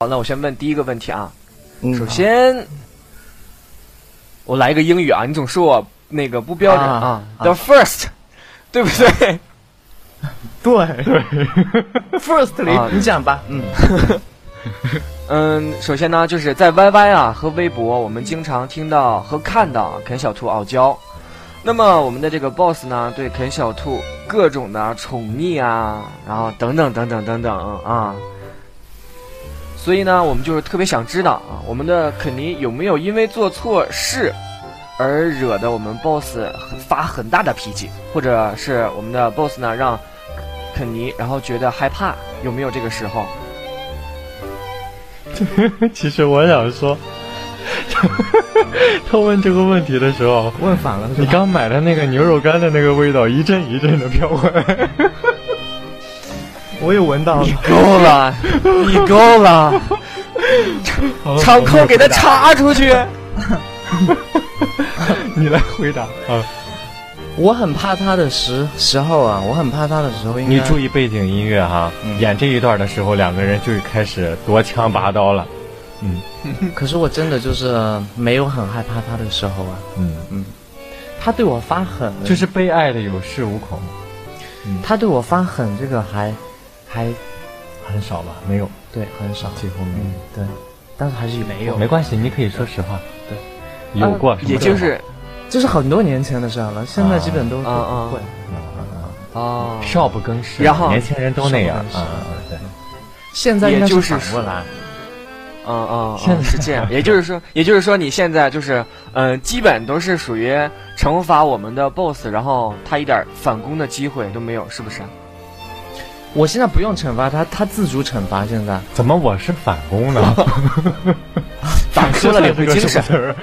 好，那我先问第一个问题啊。嗯首先，我来一个英语啊，你总说我那个不标准啊。啊 The first，对不对？对，Firstly，、啊你讲吧，嗯，嗯，首先呢，就是在 YY 啊和微博，我们经常听到和看到啊啃小兔傲娇。那么我们的这个 boss 呢，对啃小兔各种的宠溺啊，然后等等等等等等啊。所以呢，我们就是特别想知道啊，我们的肯尼有没有因为做错事而惹得我们 boss 很发很大的脾气，或者是我们的 boss 呢让肯尼然后觉得害怕，有没有这个时候？其实我想说， 他问这个问题的时候，问反了是你吧？刚买的那个牛肉干的那个味道一阵一阵的飘过来。我也闻到了，够了，你够了，好了场控给他，插出去。你来回答啊！我很怕他的时时候啊，我很怕他的时候应该，你注意背景音乐哈，嗯演这一段的时候，两个人就开始夺枪拔刀了。嗯可是我真的就是没有很害怕他的时候啊，嗯，他对我发狠，就是被爱的有恃无恐，他对我发狠这个还还很少吧？没有，对很少，几乎没有。嗯对，但是还是有没没关系，你可以说实话。对有过什么呃也就是就是很多年前的事儿了，现在基本都啊啊不会。哦，少不更事，然后年轻人都那样少不啊更事嗯啊！对，现在应该也就是反过来，嗯嗯，现嗯在是这样。也就是说，也就是说，你现在就是，嗯、基本都是属于惩罚我们的 boss，然后他一点反攻的机会都没有，是不是？我现在不用惩罚他，他自主惩罚。现在怎么我是反攻呢？反 说了，领会 精神，神，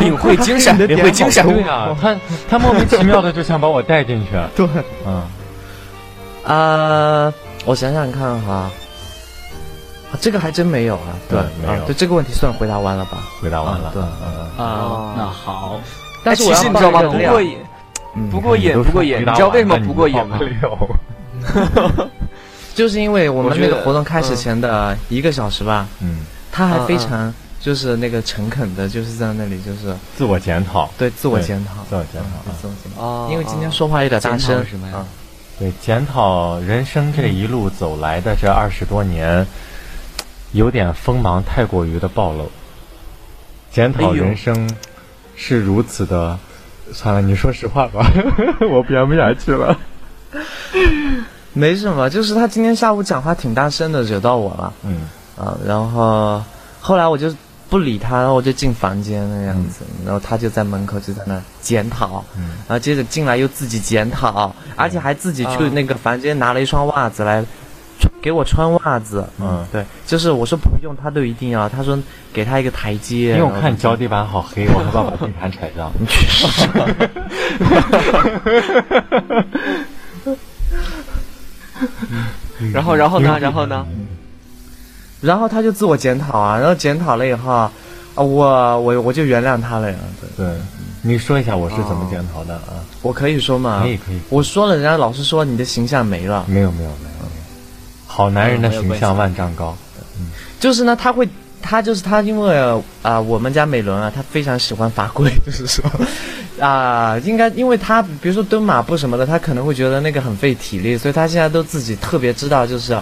领会精神，你的领点会精神。对啊，他他莫名其妙的就想把我带进去，对，嗯，啊、我想想看哈、啊，这个还真没有啊。对，对嗯没有啊对这个问题算回答完了吧？回答完了，啊对嗯，哦啊，那好，但是哎我其要实你知道吗？不爆一个料过瘾，嗯不过瘾，不过瘾。你知道为什么不过瘾吗？就是因为我们那我觉个得活动开始前的一个小时吧，嗯，他还嗯非嗯常就是那个诚恳的，就是在那里就是自我检讨，对自我对检讨，自我检讨对啊，自我检讨。哦，因为今天说话有点大检声讨什么呀啊，对，检讨人生这一路走来的这二十多年，有点锋芒太过于的暴露，检讨哎呦人生是如此的，算了，你说实话吧， 我编不下去了，没什么，就是他今天下午讲话挺大声的，惹到我了嗯。啊，然后后来我就不理他，然后我就进房间那样子，然后他就在门口就在那检讨，嗯然后接着进来又自己检讨，而且还自己去啊那个房间拿了一双袜子来穿给我穿袜子，嗯对，就是我说不用，他都一定要，他说给他一个台阶，因为然我后嗯看你脚底板好黑，我害怕把地毯踩脏。嗯然后，然后呢？然后呢？ 然后他就自我检讨啊，然后检讨了以后，啊，我我我就原谅他了呀，对，对，你说一下我是怎么检讨的啊？我可以说嘛，可以可以，我说了，人家老师说你的形象没了，没有没有没有，好男人的形象万丈高。就是呢，他会，他就是他，因为啊、我们家美伦啊，他非常喜欢罚跪，就是说啊、 应该因为他比如说蹲马步什么的，他可能会觉得那个很费体力，所以他现在都自己特别知道就是。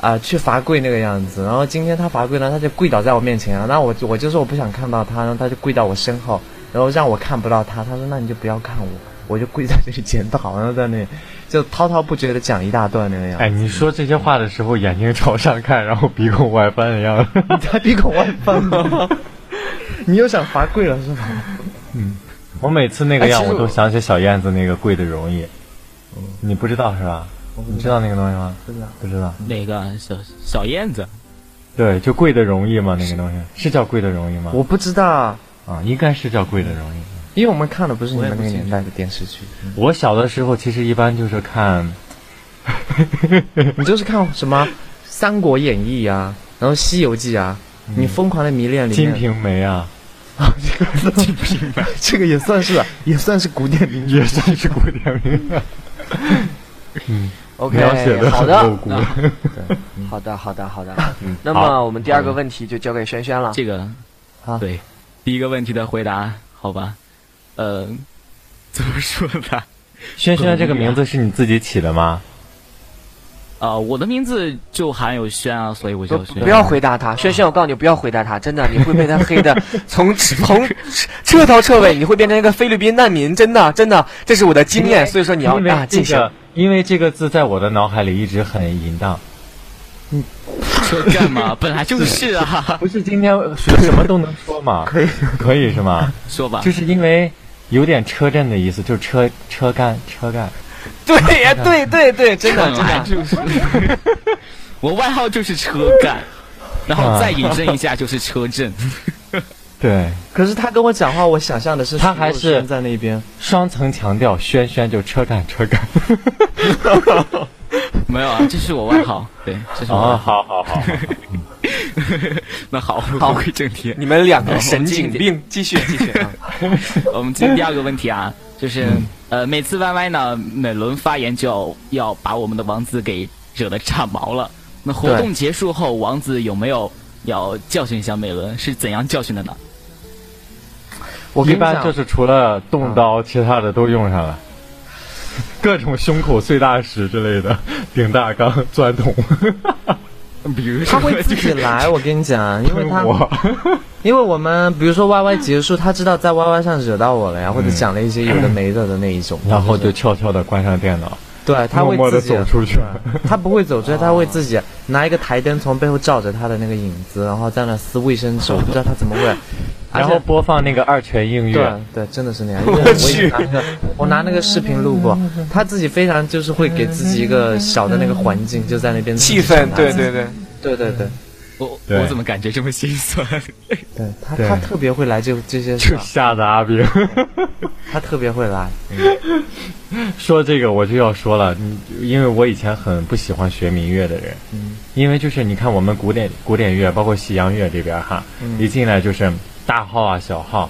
啊、去罚跪那个样子，然后今天他罚跪呢，他就跪倒在我面前啊，那我就我就说我不想看到他，然后他就跪到我身后，然后让我看不到他，他说那你就不要看我，我就跪在这里检讨，然后在那里就滔滔不绝的讲一大段那个样子。哎，你说这些话的时候，眼睛朝上看，然后鼻孔外翻的样子。他鼻孔外翻了。你又想罚跪了是吧？ 我每次那个样，哎其我实我都想起小燕子那个跪的容易。你嗯不知道是吧？你知道那个东西吗？真的，不知道。那个小小燕子，对，就跪的容易嘛，那个东西是叫跪的容易吗？我不知道，啊，应该是叫跪的容易。因为我们看的不是你们那我个也不清年楚代的电视剧，嗯我小的时候其实一般就是看你就是看什么《三国演义》啊，然后《西游记》啊，你疯狂的迷恋《里嗯金面，瓶梅》啊，金瓶这个也算是也算是古典名剧，也算是古典名。嗯， OK，描写的好很的，露 骨。好的，好的，好的。嗯那好么我们第二个问题就交给轩轩了。这个啊好对第一个问题的回答，好吧，呃，怎么说 呢？轩轩这个名字是你自己起的吗？啊，我的名字就含有轩啊，所以我不叫轩。不要回答他，轩轩，我告诉你，不要回答他，真的，你会被他黑的，从从彻头彻尾，你会变成一个菲律宾难民，真的，真的，这是我的经验，所以说你要因为啊，这进行。个，因为这个字在我的脑海里一直很淫荡。说 干 嘛？本来就是啊，不是今天说什么都能说 嘛？可以，可以是吗？说吧就，是因为有点车震的意思，就是车车干车干。对呀，嗯对对对，真 的本真来的，就是。 我外号就是车干，然啊后再引申一下就是车震。对，可是他跟我讲话，我想象的是他还徐若瑄是在那边，双层强调，轩轩就车干车干。没有啊，这是我外号，对，这是我哦外号。哦好好好，那好，好，回正题。你们两个神经 病，继续继续啊。我们进第二个问题啊，就是、嗯呃，每次 YY 呢，每轮发言就要要把我们的王子给惹得炸毛了。那活动结束后，王子有没有要教训一下美伦？是怎样教训的呢？我跟一你讲般就是除了动刀，其他的都用 上了，各种胸口碎大石之类的，顶大缸、钻桶，比如他会自己 来。我跟你讲，因为喷他火。因为我们比如说 Y Y 结束，他知道在 Y Y 上惹到我了呀，或者嗯讲了一些有的没的的那一种，然后就是悄悄的关上电脑，对他默会默的自己走出去。他不会走出来，他会自己拿一个台灯从背后照着他的那个影子，然后在那撕卫生纸，我不知道他怎么会。然而后且播放那个二泉映对月，对，真的是那样。因为我也拿那个，我拿那个视频录过，他自己非常就是会给自己一个小的那个环境，就在那边 气氛，对对对对，对对对我对我怎么感觉这么心酸？对，他对他特别会来这这些事就儿，吓得阿兵。他特别会来。 说这个我就要说了，你因为我以前很不喜欢学民乐的人，嗯因为就是你看我们古典古典乐，包括西洋乐这边哈，嗯一进来就是大号啊、小号、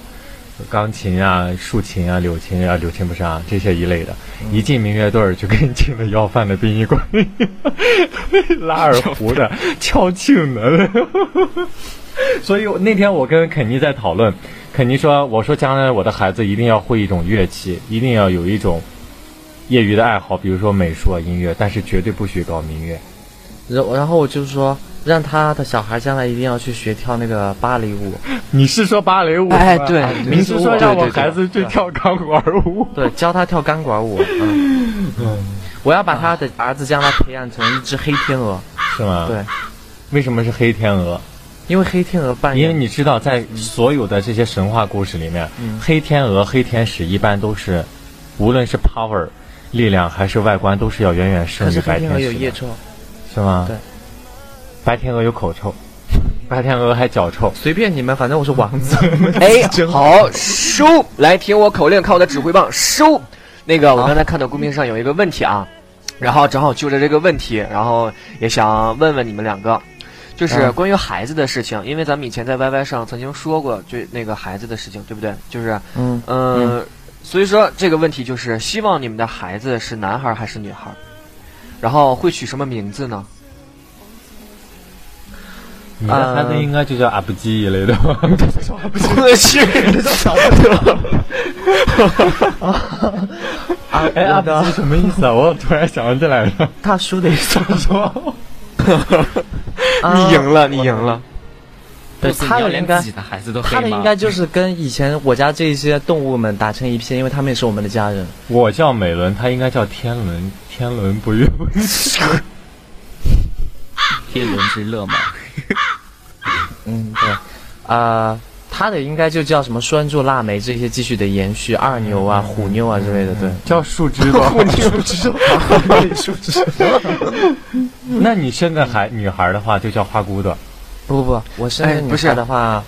钢琴啊、竖琴啊、柳琴啊、柳琴不是啊这些一类的，嗯一进民乐队儿就跟你进了要饭的殡仪馆， 拉二胡的、敲磬的。 所以我那天我跟肯尼在讨论，肯尼说：“我说将来我的孩子一定要会一种乐器，一定要有一种业余的爱好，比如说美术啊、音乐，但是绝对不许搞民乐。然然后我就说，让他的小孩将来一定要去学跳那个芭蕾舞，你是说芭蕾舞吗？哎对 你是说让我孩子对对对去跳钢管舞？对，教他跳钢管舞。嗯，我要把他的儿子将来培养成一只黑天鹅。是吗？对，为什么是黑天鹅？因为黑天鹅扮因为演你知道，在所有的这些神话故事里面，嗯黑天鹅、黑天使一般都是，无论是 power 力量还是外观，都是要远远可胜于是白黑天鹅有使夜的，臭，是吗？对。白天鹅有口臭， 白天鹅还脚臭。随便你们，反正我是王子。 哎，好，收，来听我口令，看我的指挥棒，收。那个，我刚才看到公屏上有一个问题啊，然后正好就着这个问题，然后也想问问你们两个，就是嗯关于孩子的事情，因为咱们以前在 YY 上曾经说过，就那个孩子的事情，对不对？就是，嗯，呃所以说这个问题就是希望你们的孩子是男孩还是女孩，然后会取什么名字 呢？你的孩子呃应该就叫阿布基一 类的吧？我去，啊，哎，我阿布基的什么意思啊？我突然想起来了，大叔的意思。说啊 你赢了，你赢了。对不是他你要的连应该自己的孩子都黑他吗？的应该就是跟以前我家这些动物们打成一片，因为他们也是我们的家人。 我叫美伦，他应该叫天伦，天伦不悦。 天伦之乐嘛。嗯，对，啊、他的应该就叫什么拴住腊梅这些继续的延续，二牛嗯啊、虎妞啊之类的，对。叫树枝吧，树枝，树枝。那你生个孩女孩的话，就叫花骨朵，不不不，我生哎个女不是孩的话，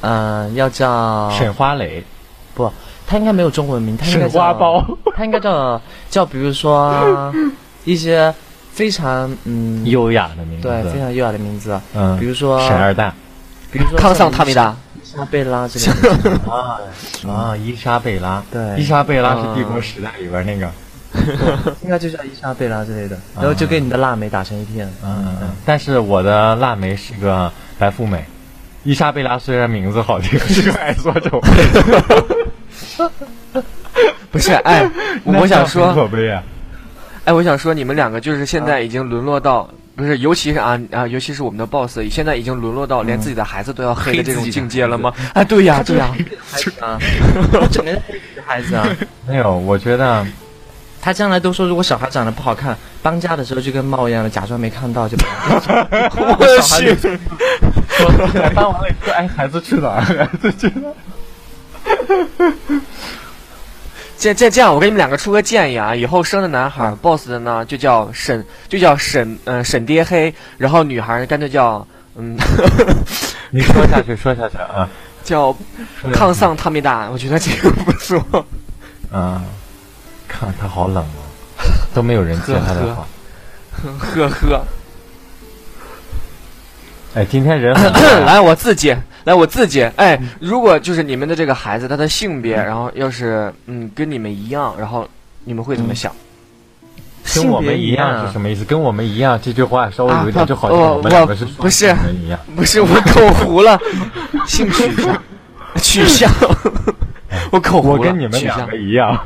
嗯、要叫沈花蕾，她应该没有中文名，她应该沈叫花苞，她应该叫叫，比如说一些非常嗯，优雅的名字。对非常优雅的名字，嗯，比如说沈二蛋比如说康桑塔米达，伊莎贝拉之类的，啊啊，伊莎贝拉，对伊莎贝拉是帝国时代里边那个应该就叫伊莎贝拉之类的， 然后就跟你的腊梅打成一片。嗯，嗯但是我的腊梅是个白富美，伊莎贝拉虽然名字 好听，是个矮矬丑。不 是，哎，我想那很说，可悲啊！哎，我想说，你们两个就是现在已经沦落到，不是，尤其是啊啊，尤其是我们的 boss，现在已经沦落到连自己的孩子都要嗯黑的这种境界了吗？啊，对呀，对呀，孩子啊，他整个孩子啊，没有，我觉得他将来都说如果小孩长得不好看，搬家的时候就跟猫一样的，假装没看到就搬。我去，搬完了以 后，哎，孩子去哪儿？孩子去哪儿？这这这样，我给你们两个出个建议啊，以后生的男孩、b o s s 的呢就叫沈，就叫沈，嗯，沈爹黑，然后女孩干脆叫，嗯，你说下去，说下去啊！叫说下去抗丧汤米达，我觉得这个不错。啊！看他好冷啊，都没有人接他的呵话。呵呵，哎，今天人 很来我自己，来我自己。哎，如果就是你们的这个孩子，他的性别，然后要是嗯跟你们一样，然后你们会怎么想？跟我们一性别一样样啊是什么意思？跟我们一样这句话稍微有一啊点，就好像我哦我们两个是我双不是性人一样。嗯不是我口糊 了，性取向，取向， 我口糊了，我跟你们取两向个一样。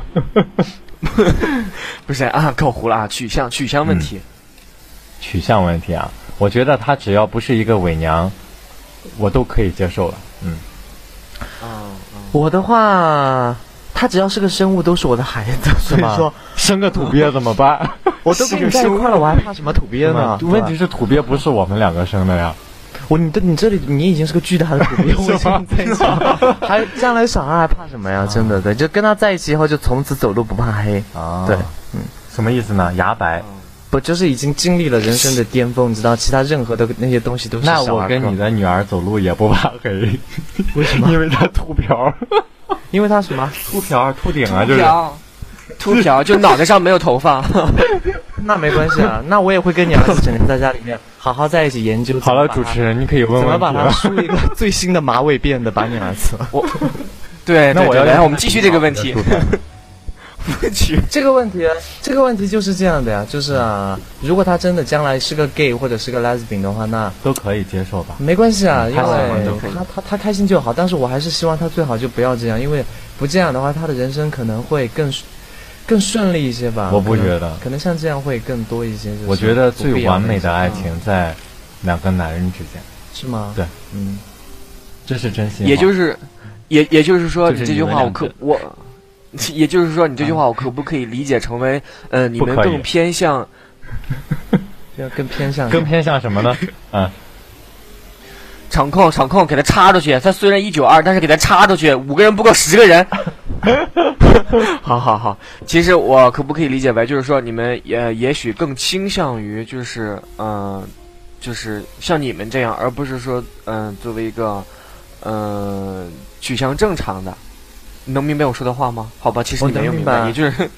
不是啊，口糊了啊，取向取向问题。取向问题啊，我觉得他只要不是一个伪娘，我都可以接受了。嗯，嗯，我的话，他只要是个生物都是我的孩子，所以 吗说生个土鳖怎么办？我都跟你在一块了，我还怕什么土鳖呢？问题是吧，是土鳖不是我们两个生的呀。我你的你这里你已经是个巨大的土鳖， 我已是吗经在一起了，还将来小孩还怕什么呀？真的，对，就跟他在一起以后，就从此走路不怕黑。啊对，嗯，什么意思呢？牙白。不就是已经经历了人生的巅峰，你知道，其他任何的那些东西都是那小我儿跟科你的女儿走路也不怕黑，为什么？因为她秃瓢，因为他什么？秃瓢、秃顶啊，嗯秃就是瓢，秃瓢就脑袋上没有头 发。那没关系啊， 那我也会跟你儿子整天在家里面好好在一起研究。好了，怎么主把他持人，你可以问怎么问把题它了。梳一个最新的马尾辫的，把你儿子？对，那对我对要对来，让我们继续这个问题。我去，这个问题，这个问题就是这样的呀，就是啊，如果他真的将来是个 gay 或者是个 lesbian 的话，那都可以接受吧？没关系啊，因他喜欢为就可以他他他开心就好。但是我还是希望他最好就不要这样，因为不这样的话，他的人生可能会更顺更顺利一些吧。我不可能觉得可能像这样会更多一些。就是我觉得嗯不必最要完美的爱那种情在两个男人之间，是吗？对，嗯，这是真心话。也就是，也也就是说，就是你这你句们话我两可个我， 也就是说，你这句话我可不可以理解成为，呃，你不们可以更偏向就要更偏向更偏向什么呢？嗯，场控，场控给他插出去。他虽然一九二，但是给他插出去，五个人不够十个人。 好好好，其实我可不可以理解为，就是说你们也也许更倾向于就是嗯、呃就是像你们这样，而不是说嗯、呃作为一个嗯、呃取向正常的。你能明白我说的话吗？好吧，其实我你没有能明明白白，也就是。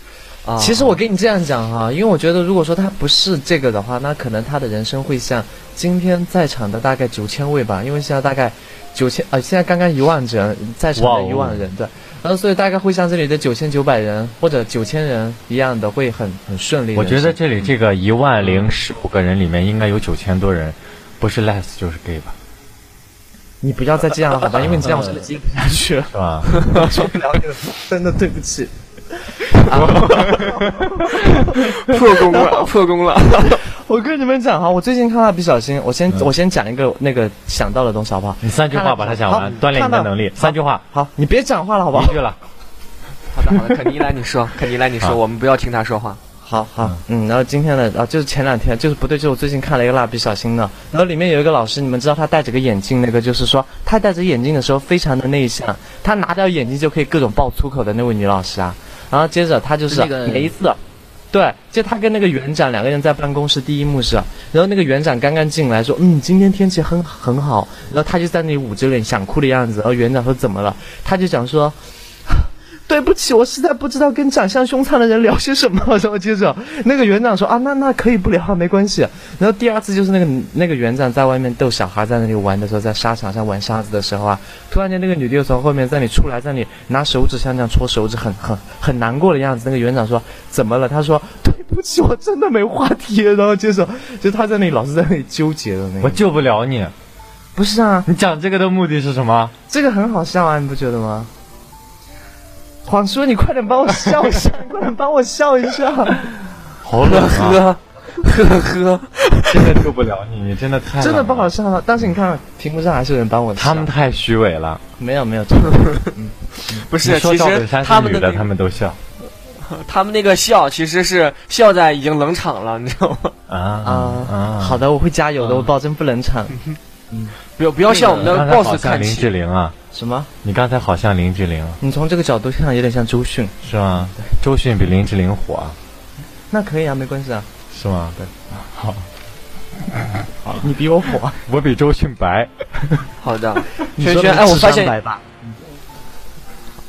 啊，其实我跟你这样讲哈、因为我觉得如果说他不是这个的话，那可能他的人生会像今天在场的大概九千位吧，因为现在大概九千呃，现在刚刚一万人在场哇的哦一万人对，然后所以大概会像这里的九千九百人或者九千人一样的，会很很顺利。我觉得人生这里这个一万零十五个人里面，应该有九千多人不是 les 就是 gay 吧？你不要再这样了好吧，因为你这 样我真的接不下去了，是吧？受不了你了，真的对不起。 破功 了，破功了。我跟你们讲哈，我最近看蜡笔小新，我先、我先讲一个那个想到的东西好不好？你三句话把它讲完，好锻炼你的看到能力。三句话，好，你别讲话了好不好一？句了。好的，好的，肯尼来你说，肯尼来你说，啊好我们不要听他说 话。好好，嗯，然后今天的啊，就是前两天，就是不对，就是我最近看了一个蜡笔小新的，然后里面有一个老师，你们知道他戴着个眼镜，那个就是说他戴着眼镜的时候非常的内向，他拿掉眼镜就可以各种爆粗口的那位女老师啊，然后接着他啊就是那个每一次。对，就他跟那个园长两个人在办公室，第一幕是，然后那个园长刚刚进来说，嗯，今天天气很很好，然后他就在那里捂着脸想哭的样子，然后园长说怎么了，他就讲说， 对不起，我实在不知道跟长相凶残的人聊些什么。” 然后接着那个园长说：“啊，那那可以不聊，没关系。”然后第二次就是那个那个园长在外面逗小孩，在那里玩的时候，在沙场上玩沙子的时候啊，突然间那个女的又从后面在那里出来，在那里拿手指像这样戳手指，很很很难过的样子。那个园长说：“怎么了？”他说：“对不起，我真的没话题。”然后接着就他在那里老是在那里纠结的那个，我救不了你。不是啊，你讲这个的目的是什么？这个很好笑啊，你不觉得吗？黄叔，你快点帮我笑一下，你快点帮我笑一下。好冷 啊！呵 呵呵，真的救不了你，你真的太冷了真的不好。笑啊！但是你看屏幕上还是有人帮我笑他们太虚伪了。没有没有，真的不你是，啊说其赵实本山他是们女的的，那他个们都笑他们那个笑，其实是笑在已经冷场了，你知道 吗？啊啊。好的，我会加油的，我保证不冷场。不要不要向我们你的刚才好 boss 像看林志齐。玲啊，什么？你刚才好像林志玲你从这个角度看有点像周迅，是吗？周迅比林志玲火啊那可以啊，没关系啊。是吗？你比我火，我比周迅白，好的，你轩说轩，的哎，我智发商现百，吧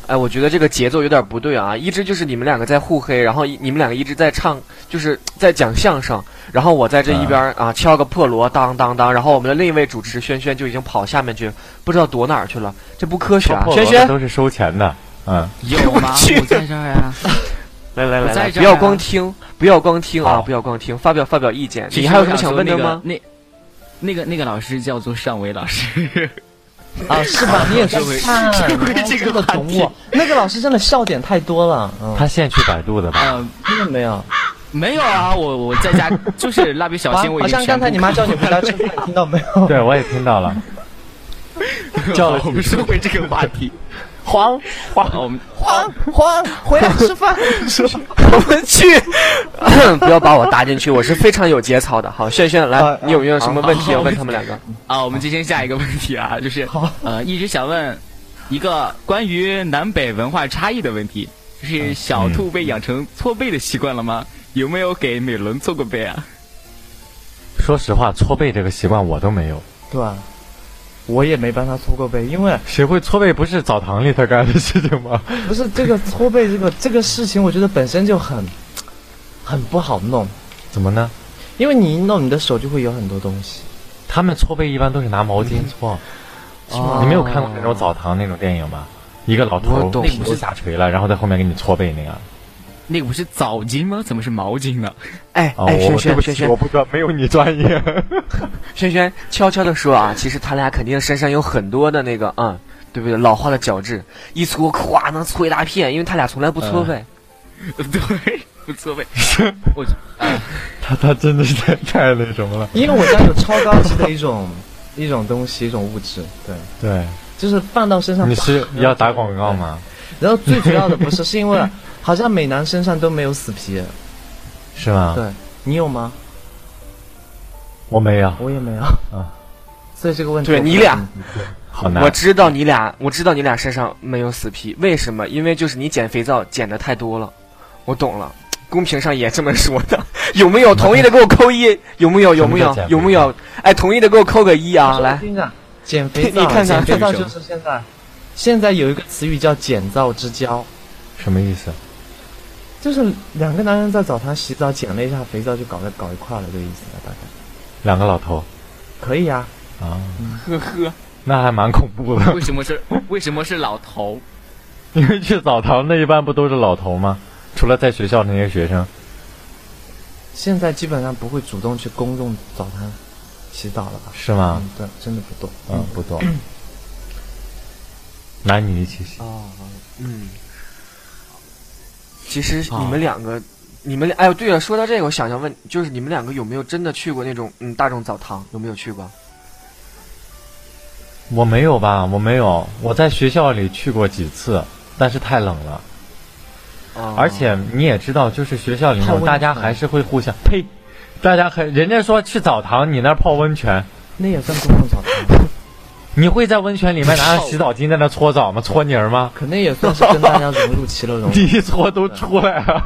哎，我觉得这个节奏有点不对啊，一直就是你们两个在互黑，然后一你们两个一直在唱，就是在讲相声，然后我在这一边儿啊敲个破锣，当当当，然后我们的另一位主持轩轩就已经跑下面去，不知道躲哪儿去了，这不科学啊！破轩锣轩的，都是收钱的。嗯， 有吗？我在这儿啊呀、来来来我在来，这不儿要啊光听，不要光听啊，好不要光听，发表发表意见。其你实还有我什么想说问的那个吗？那那个那个老师叫做尚伟老师， 啊，是吧？你也在看，这真个的话懂题我。那个老师真的笑点太多了，嗯，他现在去百度的 吧？呃，真的没有。没有啊，我我在家就是蜡笔小啊新，我已好经像刚才你妈叫你回家吃饭，你听到没有？对，我也听到了。叫 了，我们收回这个话题。黄啊我们黄黄，回来吃饭。我们去， 不要把我搭进去，我是非常有节操的。好，轩轩来啊，你有没有什么问题啊要啊问他们两个？啊，我们进行下一个问题啊，就是好呃，一直想问一个关于南北文化差异的问题，就是小嗯兔被养成搓背的习惯了吗？有没有给美伦搓过背啊？说实话，搓背这个习惯我都没有。对啊，我也没帮他搓过背，因为谁会搓背？不是澡堂里才干的事情吗？不是这个搓背这个这个事情，我觉得本身就很很不好弄，怎么呢？因为你一弄你的手就会有很多东西。他们搓背一般都是拿毛嗯巾搓。你没有看过那种澡堂那种电影吗？一个老头哦我懂儿屁股下垂了，然后在后面给你搓背那样。那个不是澡巾吗？怎么是毛巾呢？哎哦，哎，我轩对不轩，轩起，轩我，不专，没有你专 业。轩轩，悄悄的说啊，其实他俩肯定身上有很多的那个，嗯，对不对？老化的角质，一搓，咵，能搓一大片，因为他俩从来嗯不搓背。 对，不搓背。我他他真的是太太那什么了。因为我家有超高级的一种一种东西，一种物质，对，对，就是放到身上。你是要打广告吗？然后最主要的不是，是因为好像美男身上都没有死皮，是吗？对你有吗？我没有，我也没有啊。所以这个问题，对你俩，好难。我知道你俩，我知道你俩身上没有死皮，为什么？因为就是你捡肥皂捡的太多了。我懂了，公屏上也这么说的。 有没有同意的给我扣一？有没有？有没有什么叫？有没有？哎，同意的给我扣个一啊！来，听着，减肥皂， 你看看减肥皂这个就是现在，现在有一个词语叫减皂之交。什么意思？就是两个男人在澡堂洗澡，捡了一下肥皂就搞在搞一块了，这个意思吧，大概两个老头可以啊。啊，呵呵，那还蛮恐怖的。 为什么是为什么是老头？因为去澡堂那一般不都是老头吗？除了在学校那些学生，现在基本上不会主动去公众澡堂洗澡了吧？是吗嗯？，对，真的不多。嗯，不多。男女一起洗，哦，嗯，其实你们两哦个，你们俩，哎呦，对了，说到这个，我想想问，就是你们两个有没有真的去过那种嗯大众澡堂？有没有去过？我没有吧？我没有，我在学校里去过几次，但是太冷了。啊而且你也知道，就是学校里泡哦温面泉大家还是会互相呸，大家还人家说去澡堂，你那儿泡温泉，那也算公众澡堂吗，你会在温泉里面拿着洗澡巾在那搓澡吗？搓泥 儿吗？可能也算是跟大家融入其乐融你一搓都出来 了。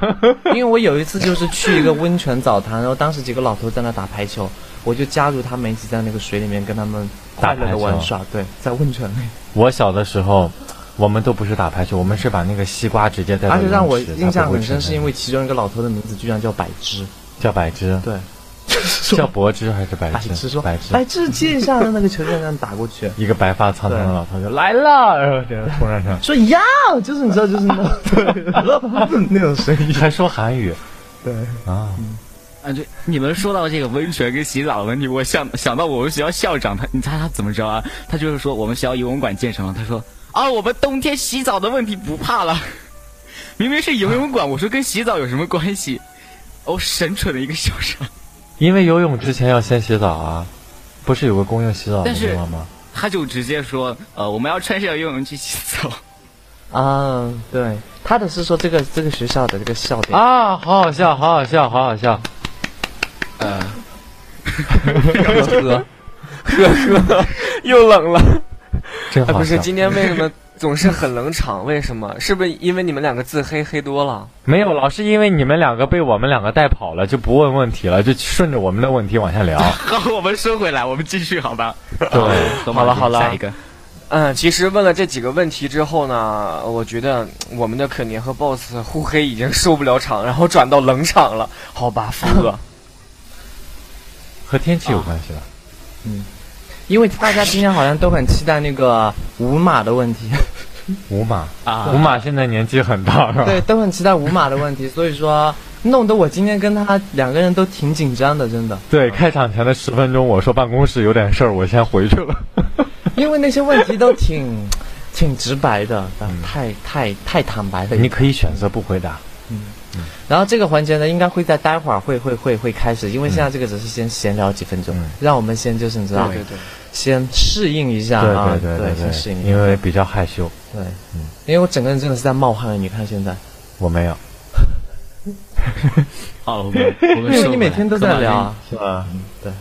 因为我有一次就是去一个温泉澡堂，然后当时几个老头在那打排球，我就加入他们一起在那个水里面跟他们快乐的玩耍。对，在温泉里。我小的时候，我们都不是打排球，我们是把那个西瓜直接带到而且让我泳池印象很深，是因。它不会沉为其中一个老头的名字居然叫柏 芝。的叫柏芝，对，叫柏芝还是柏柏芝？芝说：“柏芝柏，芝接一下那个球，这样打过去。”一个白发苍苍的对，老头就来了，然后这样冲上场 说呀，就是你知道，就是那种 那种声音。还说韩语对，啊，啊，对，你们说到这个温泉跟洗澡的问题，我想想到我们学校校长他，你猜他怎么着啊？他就是说我们学校游泳馆建成了，他说啊，我们冬天洗澡的问题不怕了。 明明是游泳馆，我说跟洗澡有什么关系？哦，神蠢的一个校长，因为游泳之前要先洗澡啊，不是有个公用洗澡的但是地方吗？他就直接说，呃，我们要穿上游泳去洗澡。 啊，对，他的是说这个这个学校的这个校点，啊，好好笑，好好笑，好好笑。呃，呵呵，又冷了。真哎，好不是，笑。今天为什么总是很冷场？为什么？是不是因为你们两个字黑黑多了？没有，老是因为你们两个被我们两个带跑了，就不问问题了，就顺着我们的问题往下聊。好，我们说回来，我们继续好吧？对好好了下一个，嗯，其实问了这几个问题之后呢，我觉得嗯我们的肯尼和 BOSS 互黑已经受不了场，然后转到冷场了。好吧，福哥，和天气有关系吧？因为大家今天好像都很期待那个五码的问 题，五马，啊五马现在年纪很大了。对，都很期待五码的问题，所以说弄得我今天跟他两个人都挺紧张的，真的，对，开场前的十分钟，我说办公室有点事儿，我先回去了。因为那些问题都挺挺直白的，啊太太太坦白了。你可以选择不回答。然后这个环节呢，应该会在待会儿会会会会开始，因为现在这个只是先闲聊几分钟嗯，让我们先就是你知道对对对，先适应一下啊，对对先适应一下因为比较害羞，对，因为我整个人真的是在冒汗，啊你看现在，我没有，好了，我们我们因说 为你每天都在聊，啊，是吧？对，